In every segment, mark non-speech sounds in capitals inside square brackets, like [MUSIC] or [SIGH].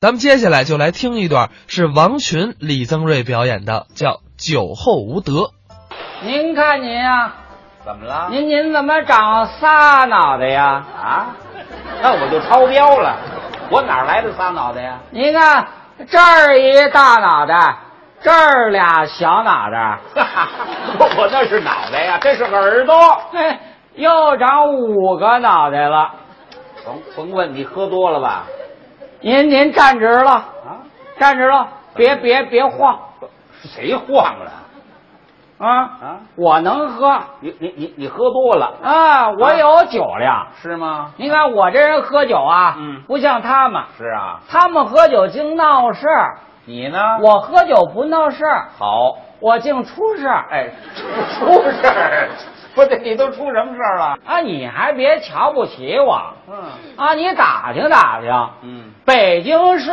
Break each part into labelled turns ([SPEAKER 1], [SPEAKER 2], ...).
[SPEAKER 1] 咱们接下来就来听一段是王群、李增瑞表演的，叫《酒后无德》。
[SPEAKER 2] 您看您呀、
[SPEAKER 3] 怎么了？
[SPEAKER 2] 您您怎么长仨脑袋呀？
[SPEAKER 3] 啊，那我就超标了。我哪来的仨脑袋呀？
[SPEAKER 2] 您看这儿一大脑袋，这儿俩小脑袋，
[SPEAKER 3] 哈哈， [LAUGHS] 我那是脑袋呀，这是耳朵。
[SPEAKER 2] 嘿，又长五个脑袋了。
[SPEAKER 3] 甭甭问你喝多了吧？
[SPEAKER 2] 您您站直了，
[SPEAKER 3] 啊，
[SPEAKER 2] 站直了，别别别晃
[SPEAKER 3] 谁晃了？
[SPEAKER 2] 啊！
[SPEAKER 3] 啊
[SPEAKER 2] 我能喝
[SPEAKER 3] 你你你你喝多了
[SPEAKER 2] 啊，我有酒量。
[SPEAKER 3] 是吗？
[SPEAKER 2] 您看我这人喝酒啊，
[SPEAKER 3] 嗯
[SPEAKER 2] 不像他们，
[SPEAKER 3] 是啊，
[SPEAKER 2] 他们喝酒净闹事儿，
[SPEAKER 3] 你呢？
[SPEAKER 2] 我喝酒不闹事儿，
[SPEAKER 3] 好，
[SPEAKER 2] 我净出事儿。
[SPEAKER 3] 哎，出出事儿，不是你都出什么事儿了？
[SPEAKER 2] 啊，你还别瞧不起我
[SPEAKER 3] 嗯
[SPEAKER 2] 啊！你打听打听，
[SPEAKER 3] 嗯，
[SPEAKER 2] 北京市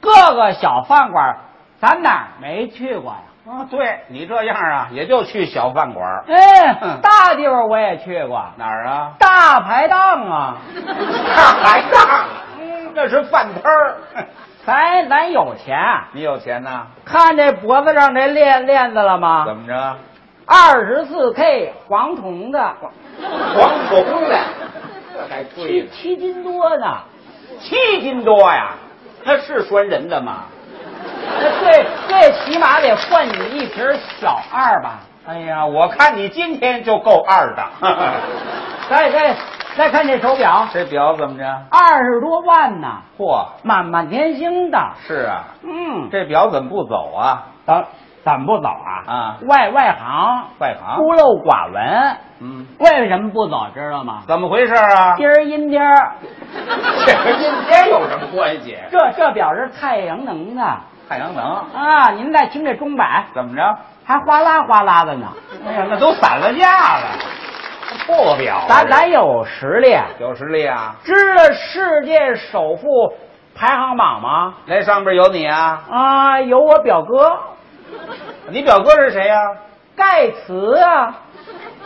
[SPEAKER 2] 各个小饭馆，咱哪儿没去过呀？
[SPEAKER 3] 啊，对你这样啊，也就去小饭馆儿
[SPEAKER 2] 哎，
[SPEAKER 3] 嗯
[SPEAKER 2] 大地方我也去过，
[SPEAKER 3] 哪儿
[SPEAKER 2] [LAUGHS]
[SPEAKER 3] 啊？
[SPEAKER 2] 大排档
[SPEAKER 3] [LAUGHS]
[SPEAKER 2] 啊，
[SPEAKER 3] 大排档，嗯，那是饭摊儿。
[SPEAKER 2] 咱哎咱有钱，
[SPEAKER 3] 你有钱呐？
[SPEAKER 2] 看这脖子上这链链子了吗？
[SPEAKER 3] 怎么着？
[SPEAKER 2] 二十四 K 黄铜的，
[SPEAKER 3] 黄铜的，这还
[SPEAKER 2] 七
[SPEAKER 3] 了，
[SPEAKER 2] 七斤多呢。
[SPEAKER 3] 七斤多呀？那是拴人的吗？
[SPEAKER 2] 那最最起码得换你一瓶小二
[SPEAKER 3] [LAUGHS]
[SPEAKER 2] 吧？
[SPEAKER 3] 哎呀，我看你今天就够二 [LAUGHS] 的。
[SPEAKER 2] 再再再看这手表，
[SPEAKER 3] 这表怎么着？
[SPEAKER 2] 二十多万呢，
[SPEAKER 3] 嚯，
[SPEAKER 2] 满满天星的。
[SPEAKER 3] 是啊，
[SPEAKER 2] 嗯，
[SPEAKER 3] 这表怎么不走啊？
[SPEAKER 2] 怎怎么不走啊？
[SPEAKER 3] 啊
[SPEAKER 2] 外外行，
[SPEAKER 3] 外行
[SPEAKER 2] 孤陋寡闻。
[SPEAKER 3] 嗯，
[SPEAKER 2] 为什么不走？知道吗？
[SPEAKER 3] 怎么回事啊？
[SPEAKER 2] 今儿阴天儿，
[SPEAKER 3] [LAUGHS] 这和今天有什么关系？
[SPEAKER 2] 这这表是太阳能的
[SPEAKER 3] 太阳能
[SPEAKER 2] 啊！您再听这钟摆，
[SPEAKER 3] 怎么着？
[SPEAKER 2] 还哗啦哗啦的呢。
[SPEAKER 3] 哎呀，那都散了架了，破表啊。
[SPEAKER 2] 咱咱
[SPEAKER 3] 这
[SPEAKER 2] 有实力，
[SPEAKER 3] 有实力啊，
[SPEAKER 2] 知道世界首富排行榜吗？
[SPEAKER 3] 那上边有你啊，
[SPEAKER 2] 啊，有我表哥
[SPEAKER 3] 你表哥是谁呀、
[SPEAKER 2] 盖茨啊，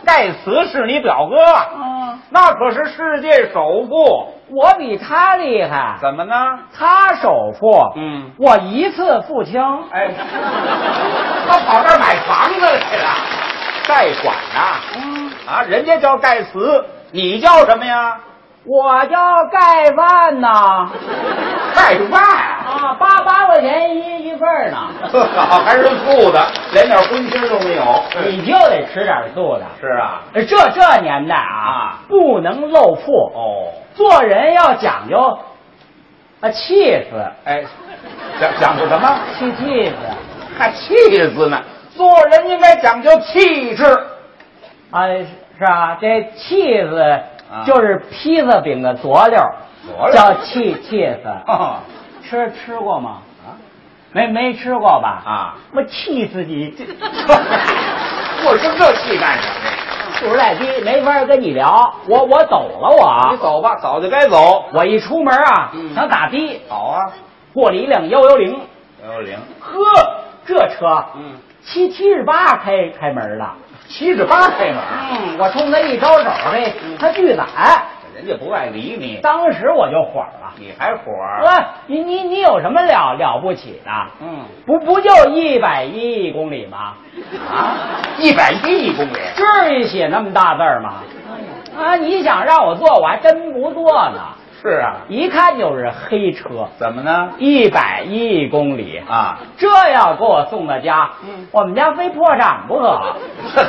[SPEAKER 3] 盖茨是你表哥，
[SPEAKER 2] 嗯，
[SPEAKER 3] 那可是世界首富。
[SPEAKER 2] 我比他厉害。
[SPEAKER 3] 怎么呢？
[SPEAKER 2] 他首付，
[SPEAKER 3] 嗯，
[SPEAKER 2] 我一次付清。
[SPEAKER 3] 哎， [LAUGHS] 他跑这儿买房子来了，贷款呐、
[SPEAKER 2] 嗯，
[SPEAKER 3] 啊！人家叫盖茨，你叫什么呀？
[SPEAKER 2] 我叫盖饭呐，
[SPEAKER 3] 盖 [LAUGHS] 饭。
[SPEAKER 2] 啊，八八块钱一一份儿呢，
[SPEAKER 3] 呵好，还是素的，连点荤腥都没有。
[SPEAKER 2] 你就得吃点素的。
[SPEAKER 3] 是啊，
[SPEAKER 2] 这这年代啊
[SPEAKER 3] 啊，
[SPEAKER 2] 不能露富，
[SPEAKER 3] 哦，
[SPEAKER 2] 做人要讲究啊气势，
[SPEAKER 3] 哎，讲讲究什么？
[SPEAKER 2] 气气势
[SPEAKER 3] 还气死呢！做人应该讲究气质。
[SPEAKER 2] 啊，是啊，这气势
[SPEAKER 3] 啊
[SPEAKER 2] 就是披萨饼的佐料，
[SPEAKER 3] 佐料
[SPEAKER 2] 叫气气势。
[SPEAKER 3] 哦，
[SPEAKER 2] 吃吃过吗？啊，没没吃过吧？
[SPEAKER 3] 啊， [LAUGHS]
[SPEAKER 2] 我气死你！
[SPEAKER 3] 我生这气干什么呀？
[SPEAKER 2] 数儿赖逼，没法跟你聊。我我走了，我
[SPEAKER 3] 你走吧，早就该走。
[SPEAKER 2] 我一出门啊，
[SPEAKER 3] 嗯
[SPEAKER 2] 想打的，
[SPEAKER 3] 好啊，
[SPEAKER 2] 过了一辆幺幺零，
[SPEAKER 3] 幺幺零，
[SPEAKER 2] 呵，这车
[SPEAKER 3] 嗯，
[SPEAKER 2] 七七十八开开门的。
[SPEAKER 3] 七十八开门，嗯
[SPEAKER 2] 嗯，我冲他一招手，嘿，他拒载，
[SPEAKER 3] 人家不爱理你，
[SPEAKER 2] 当时我就火了。
[SPEAKER 3] 你还火？
[SPEAKER 2] 啊，你你你有什么了了不起的？
[SPEAKER 3] 嗯
[SPEAKER 2] 不不就一百一公里吗？
[SPEAKER 3] 啊，一百一公里，
[SPEAKER 2] 至于写那么大字儿吗？啊，你想让我做，我还真不做呢。
[SPEAKER 3] 是啊，
[SPEAKER 2] 一看就是黑车，
[SPEAKER 3] 怎么呢？
[SPEAKER 2] 一百一公里，
[SPEAKER 3] 啊，
[SPEAKER 2] 这要给我送到家，
[SPEAKER 3] 嗯
[SPEAKER 2] 我们家非破产不
[SPEAKER 3] [LAUGHS]
[SPEAKER 2] 可。
[SPEAKER 3] 嗨，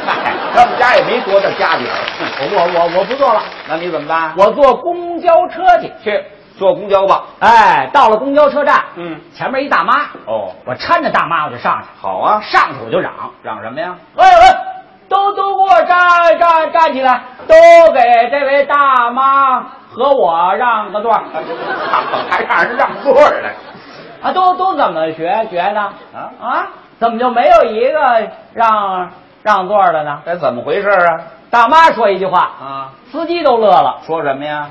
[SPEAKER 3] 他们家也没多大家底儿，
[SPEAKER 2] 我我我我不坐了，
[SPEAKER 3] 那你怎么办？
[SPEAKER 2] 我坐公交车去。
[SPEAKER 3] 去坐公交吧。
[SPEAKER 2] 哎，到了公交车站，
[SPEAKER 3] 嗯，
[SPEAKER 2] 前面一大妈，
[SPEAKER 3] 哦，
[SPEAKER 2] 我搀着大妈我就上去，
[SPEAKER 3] 好啊，
[SPEAKER 2] 上去我就嚷，
[SPEAKER 3] 嚷什么呀？
[SPEAKER 2] 喂喂，都都给我站站站起来，都给这位大妈和我让个座儿
[SPEAKER 3] 啊还让人让座儿来。
[SPEAKER 2] 啊！都都怎么学学的
[SPEAKER 3] 啊
[SPEAKER 2] 啊？怎么就没有一个让让座儿的呢？
[SPEAKER 3] 这哎怎么回事啊？
[SPEAKER 2] 大妈说一句话，
[SPEAKER 3] 啊，
[SPEAKER 2] 司机都乐了。
[SPEAKER 3] 说什么呀？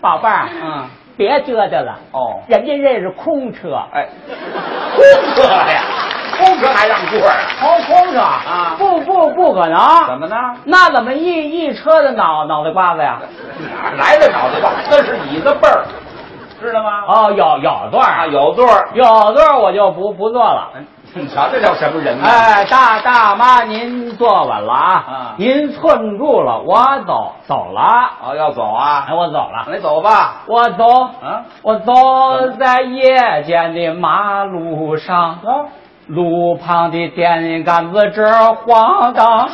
[SPEAKER 2] 宝贝儿，
[SPEAKER 3] 嗯，
[SPEAKER 2] 别折腾了，
[SPEAKER 3] 哦，
[SPEAKER 2] 人家这是空车，
[SPEAKER 3] 哎，空车呀，空车还让座啊？
[SPEAKER 2] 空空车
[SPEAKER 3] 啊
[SPEAKER 2] 不不不可
[SPEAKER 3] 怎
[SPEAKER 2] 能，
[SPEAKER 3] 么呢？
[SPEAKER 2] 那怎么
[SPEAKER 3] 嗯 [LAUGHS]
[SPEAKER 2] 一一车的脑脑袋瓜子呀？
[SPEAKER 3] 哪儿来的脑袋瓜？那是你的辈儿。知道吗？
[SPEAKER 2] 哦，有有座
[SPEAKER 3] 啊，
[SPEAKER 2] 啊，
[SPEAKER 3] 有座儿。
[SPEAKER 2] 有座儿我就不不坐了。
[SPEAKER 3] 哎你瞧，这叫什么人呢？
[SPEAKER 2] 哎，大大妈，您坐稳了啊！
[SPEAKER 3] 啊
[SPEAKER 2] 您寸住了，我走走了，
[SPEAKER 3] 哦，要走啊
[SPEAKER 2] 哎，？我走了，
[SPEAKER 3] 你走吧。
[SPEAKER 2] 我走，
[SPEAKER 3] 啊，
[SPEAKER 2] 我走
[SPEAKER 3] 嗯
[SPEAKER 2] 在夜间的马路上，
[SPEAKER 3] 走。
[SPEAKER 2] 路旁的电杆子直晃荡。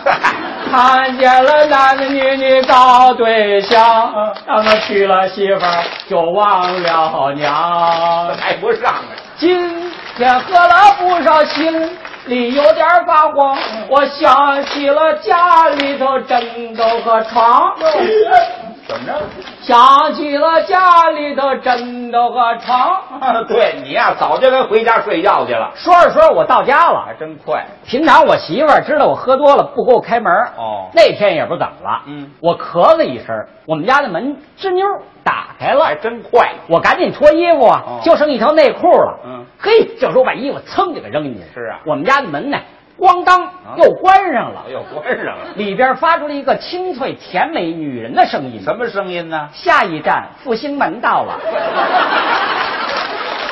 [SPEAKER 2] 看见了男男女女搞对象
[SPEAKER 3] 嗯，
[SPEAKER 2] 他们娶了媳妇儿就忘了娘。
[SPEAKER 3] 排不上啊！
[SPEAKER 2] 今天喝了不少，心里有点发慌。我想起了家里头枕头和床，
[SPEAKER 3] 嗯怎么着？
[SPEAKER 2] 想起了家里头枕头和床。
[SPEAKER 3] 啊对你呀、早就该回家睡觉去了，
[SPEAKER 2] 说着说着，我到家
[SPEAKER 3] 还
[SPEAKER 2] 了。
[SPEAKER 3] 真快。
[SPEAKER 2] 平常我媳妇儿知道我喝多了不给我开门，
[SPEAKER 3] 哦
[SPEAKER 2] 那天也不怎么了，
[SPEAKER 3] 嗯
[SPEAKER 2] 我咳嗽一声，我们家的门吱妞儿打开了，
[SPEAKER 3] 还真快。
[SPEAKER 2] 我赶紧脱衣服啊，
[SPEAKER 3] 哦
[SPEAKER 2] 就剩一条内裤了。
[SPEAKER 3] 嗯
[SPEAKER 2] 嘿，这时候我把衣服噌就给扔进去了。
[SPEAKER 3] 是啊
[SPEAKER 2] 我们家的门呢，咣当又关上了
[SPEAKER 3] 哎，呦，关上了。
[SPEAKER 2] 里边发出了一个清脆甜美女人的声音。
[SPEAKER 3] 什么声音呢？
[SPEAKER 2] 下一站复兴门到
[SPEAKER 3] [LAUGHS]
[SPEAKER 2] 了。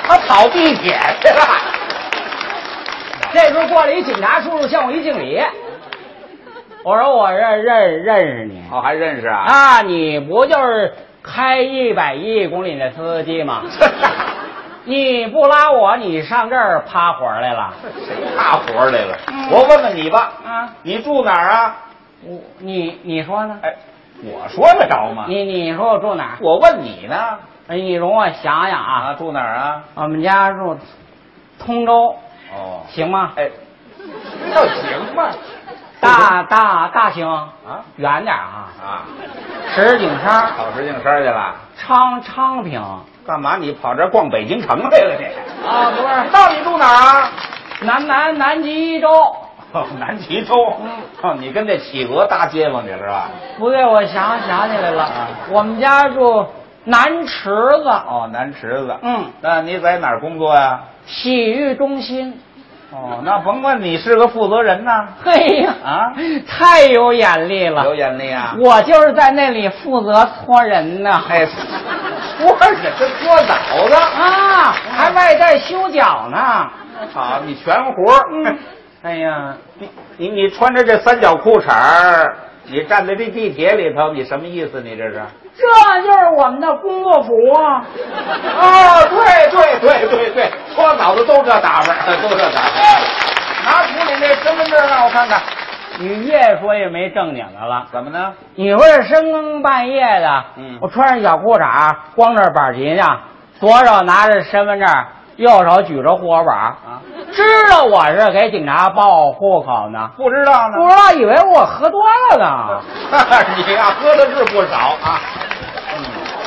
[SPEAKER 3] 他跑地铁去了。
[SPEAKER 2] 这时候过来一警察叔叔向我一敬礼，我说我认认认识你
[SPEAKER 3] [LAUGHS] 哦，还认识啊？ [LAUGHS]
[SPEAKER 2] 啊，你不就是开一百一公里的司机
[SPEAKER 3] [LAUGHS]
[SPEAKER 2] 吗？你不拉我，你上这儿趴活儿来了
[SPEAKER 3] 谁大活儿来了
[SPEAKER 2] 嗯？
[SPEAKER 3] 我问问你吧，
[SPEAKER 2] 啊？
[SPEAKER 3] 你住哪儿啊？
[SPEAKER 2] 我你你说呢？
[SPEAKER 3] 哎，我说得着吗？
[SPEAKER 2] 你你说我住哪儿？
[SPEAKER 3] 我问你呢？
[SPEAKER 2] 哎，你容我想想啊，
[SPEAKER 3] 啊，住哪儿啊？
[SPEAKER 2] 我们家住通州，
[SPEAKER 3] 哦，
[SPEAKER 2] 行吗？
[SPEAKER 3] 哎，要行吗？
[SPEAKER 2] 大大大兴啊
[SPEAKER 3] 啊，
[SPEAKER 2] 远点儿啊，
[SPEAKER 3] 啊，
[SPEAKER 2] 石景山、
[SPEAKER 3] 跑石景山去了？
[SPEAKER 2] 昌昌平
[SPEAKER 3] 干嘛？你跑这儿逛北京城来了？你？
[SPEAKER 2] 啊，不是
[SPEAKER 3] 到底住哪儿啊？
[SPEAKER 2] 南南南极洲。
[SPEAKER 3] 哦，南齐州。
[SPEAKER 2] 嗯
[SPEAKER 3] 哦，你跟那企鹅搭街坊去了是吧？
[SPEAKER 2] 不对，我想想起来
[SPEAKER 3] 啊
[SPEAKER 2] 了，我们家住南池子
[SPEAKER 3] 哦，南池子。
[SPEAKER 2] 嗯
[SPEAKER 3] 那你在哪儿工作呀、
[SPEAKER 2] 洗浴中心。
[SPEAKER 3] 哦，那甭管你是个负责人呐、
[SPEAKER 2] 嘿哎呀，
[SPEAKER 3] 啊，
[SPEAKER 2] 太有眼力了，
[SPEAKER 3] 有眼力啊！
[SPEAKER 2] 我就是在那里负责搓人呢。
[SPEAKER 3] 哎，搓你这搓脑子，
[SPEAKER 2] 啊，还外带修脚呢。
[SPEAKER 3] 好，啊你全活儿。
[SPEAKER 2] 嗯，哎呀，
[SPEAKER 3] 你你你穿着这三角裤衩儿，你站在这地铁里头，你什么意思？你这是？
[SPEAKER 2] 这就是我们的工作服啊。
[SPEAKER 3] 哦，对对对对对，搓脑子都这打扮儿，都这打扮儿。拿出你那身份证让我看看，
[SPEAKER 2] 你越说越没正经的了。
[SPEAKER 3] 怎么呢？
[SPEAKER 2] 你说这深更半夜的，
[SPEAKER 3] 嗯
[SPEAKER 2] 我穿着小裤衩，光着板筋啊，左手拿着身份证，右手举着户口本儿，
[SPEAKER 3] 啊，
[SPEAKER 2] 知道我是给警察报户口呢，
[SPEAKER 3] 不知道
[SPEAKER 2] 不知道以为我喝多了呢。
[SPEAKER 3] 啊 [LAUGHS] 你呀、喝的是不少啊，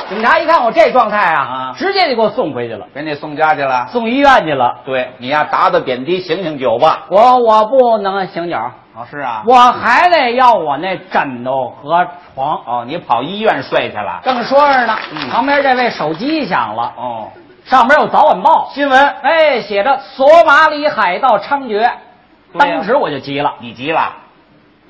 [SPEAKER 2] 警察一看我这状态啊
[SPEAKER 3] 啊，
[SPEAKER 2] 直接就给我送回去了，
[SPEAKER 3] 给你送家去了。
[SPEAKER 2] 送医院去了。
[SPEAKER 3] 对你呀、打打点滴，醒醒酒吧。
[SPEAKER 2] 我我不能醒酒，
[SPEAKER 3] 哦，是啊。
[SPEAKER 2] 我还得要我那枕头和床。
[SPEAKER 3] 哦，你跑医院睡去了。
[SPEAKER 2] 正说着呢，
[SPEAKER 3] 嗯
[SPEAKER 2] 旁边这位手机响了，
[SPEAKER 3] 哦，
[SPEAKER 2] 上边有早晚报，
[SPEAKER 3] 新闻，
[SPEAKER 2] 哎，写着索马里海盗猖獗，
[SPEAKER 3] 对呀
[SPEAKER 2] 当时我就急了，
[SPEAKER 3] 你急了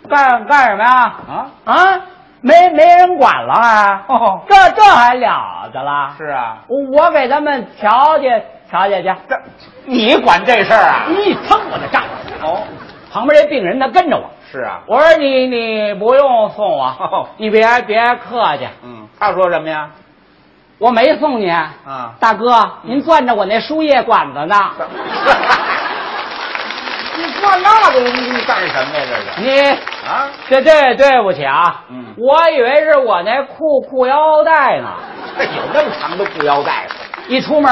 [SPEAKER 2] 干干什么呀？
[SPEAKER 3] 啊？
[SPEAKER 2] 啊，没没人管了啊？
[SPEAKER 3] 哦，
[SPEAKER 2] 这这还了得啦？
[SPEAKER 3] 是啊。
[SPEAKER 2] 我给他们调解调解去，
[SPEAKER 3] 这你管这事儿啊？
[SPEAKER 2] 一蹭我就站了。
[SPEAKER 3] 哦，
[SPEAKER 2] 旁边这病人他跟着我，
[SPEAKER 3] 是啊。
[SPEAKER 2] 我说你你不用送我，
[SPEAKER 3] 哦
[SPEAKER 2] 你别别客气，
[SPEAKER 3] 嗯，他说什么呀？
[SPEAKER 2] 我没送你。
[SPEAKER 3] 啊，
[SPEAKER 2] 大哥，您攥着我那输液管子呢，
[SPEAKER 3] [LAUGHS] 你说那个东西干什么呀？这是
[SPEAKER 2] 你
[SPEAKER 3] 啊？
[SPEAKER 2] 这这对不起啊，
[SPEAKER 3] 嗯
[SPEAKER 2] 我以为是我那裤裤腰带呢，
[SPEAKER 3] 这有那么长的裤腰带吗？
[SPEAKER 2] 一出门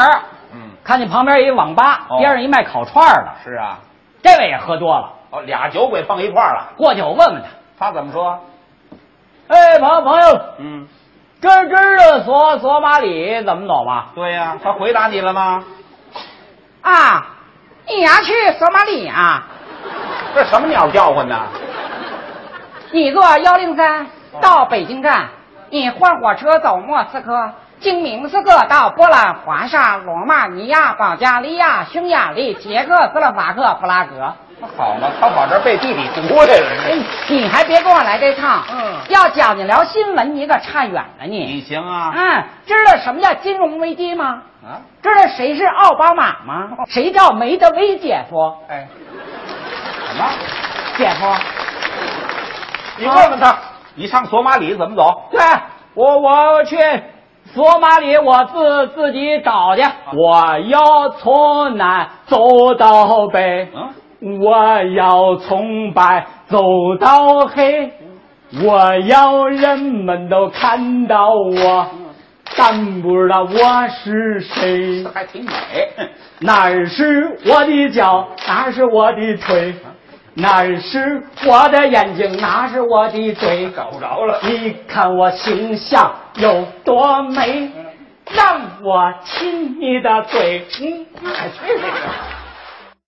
[SPEAKER 3] 嗯，
[SPEAKER 2] 看见旁边一网吧，
[SPEAKER 3] 哦
[SPEAKER 2] 边上一卖烤串儿的，
[SPEAKER 3] 是啊。
[SPEAKER 2] 这位也喝多了，
[SPEAKER 3] 哦，俩酒鬼碰一块儿了。
[SPEAKER 2] 过去我问问他，
[SPEAKER 3] 他怎么说？
[SPEAKER 2] 哎，朋朋友，
[SPEAKER 3] 嗯，
[SPEAKER 2] 真知道索索马里怎么走吗？
[SPEAKER 3] 对呀、他回答你了吗？
[SPEAKER 2] 啊，你要去索马里啊？
[SPEAKER 3] 这什么鸟叫唤呢？
[SPEAKER 2] 你坐幺零三到北京站，你换火车走莫斯科，经明斯克到波兰、华沙、罗马尼亚、保加利亚、匈牙利、捷克斯洛伐克、布拉格。
[SPEAKER 3] 那好嘛，他往这儿背地里读来了。人家
[SPEAKER 4] 你还别跟我来这趟，
[SPEAKER 3] 嗯
[SPEAKER 4] 要讲究聊新闻，你可差远了你。
[SPEAKER 3] 你行啊？
[SPEAKER 4] 嗯，知道什么叫金融危机吗？
[SPEAKER 3] 啊，
[SPEAKER 4] 知道谁是奥巴马
[SPEAKER 2] 哦
[SPEAKER 4] 吗？谁叫梅德韦姐夫？
[SPEAKER 3] 哎，什么？
[SPEAKER 4] 姐夫，
[SPEAKER 3] 你问问他，啊你上索马里怎么走？
[SPEAKER 2] 对，哎我我去索马里，我自自己找
[SPEAKER 4] 哦
[SPEAKER 2] 去。我要从南走到北，
[SPEAKER 3] 嗯，
[SPEAKER 2] 我要从白走到黑，我要人们都看到我，但不知道我是谁
[SPEAKER 3] 这。还挺美。
[SPEAKER 2] 哪儿是我的脚，哪儿是我的腿，哪儿是我的眼睛，哪儿是我的嘴。
[SPEAKER 3] 找不着了
[SPEAKER 2] 你看我形象有多美，让我亲你的嘴。嗯，
[SPEAKER 3] 哎，去你的！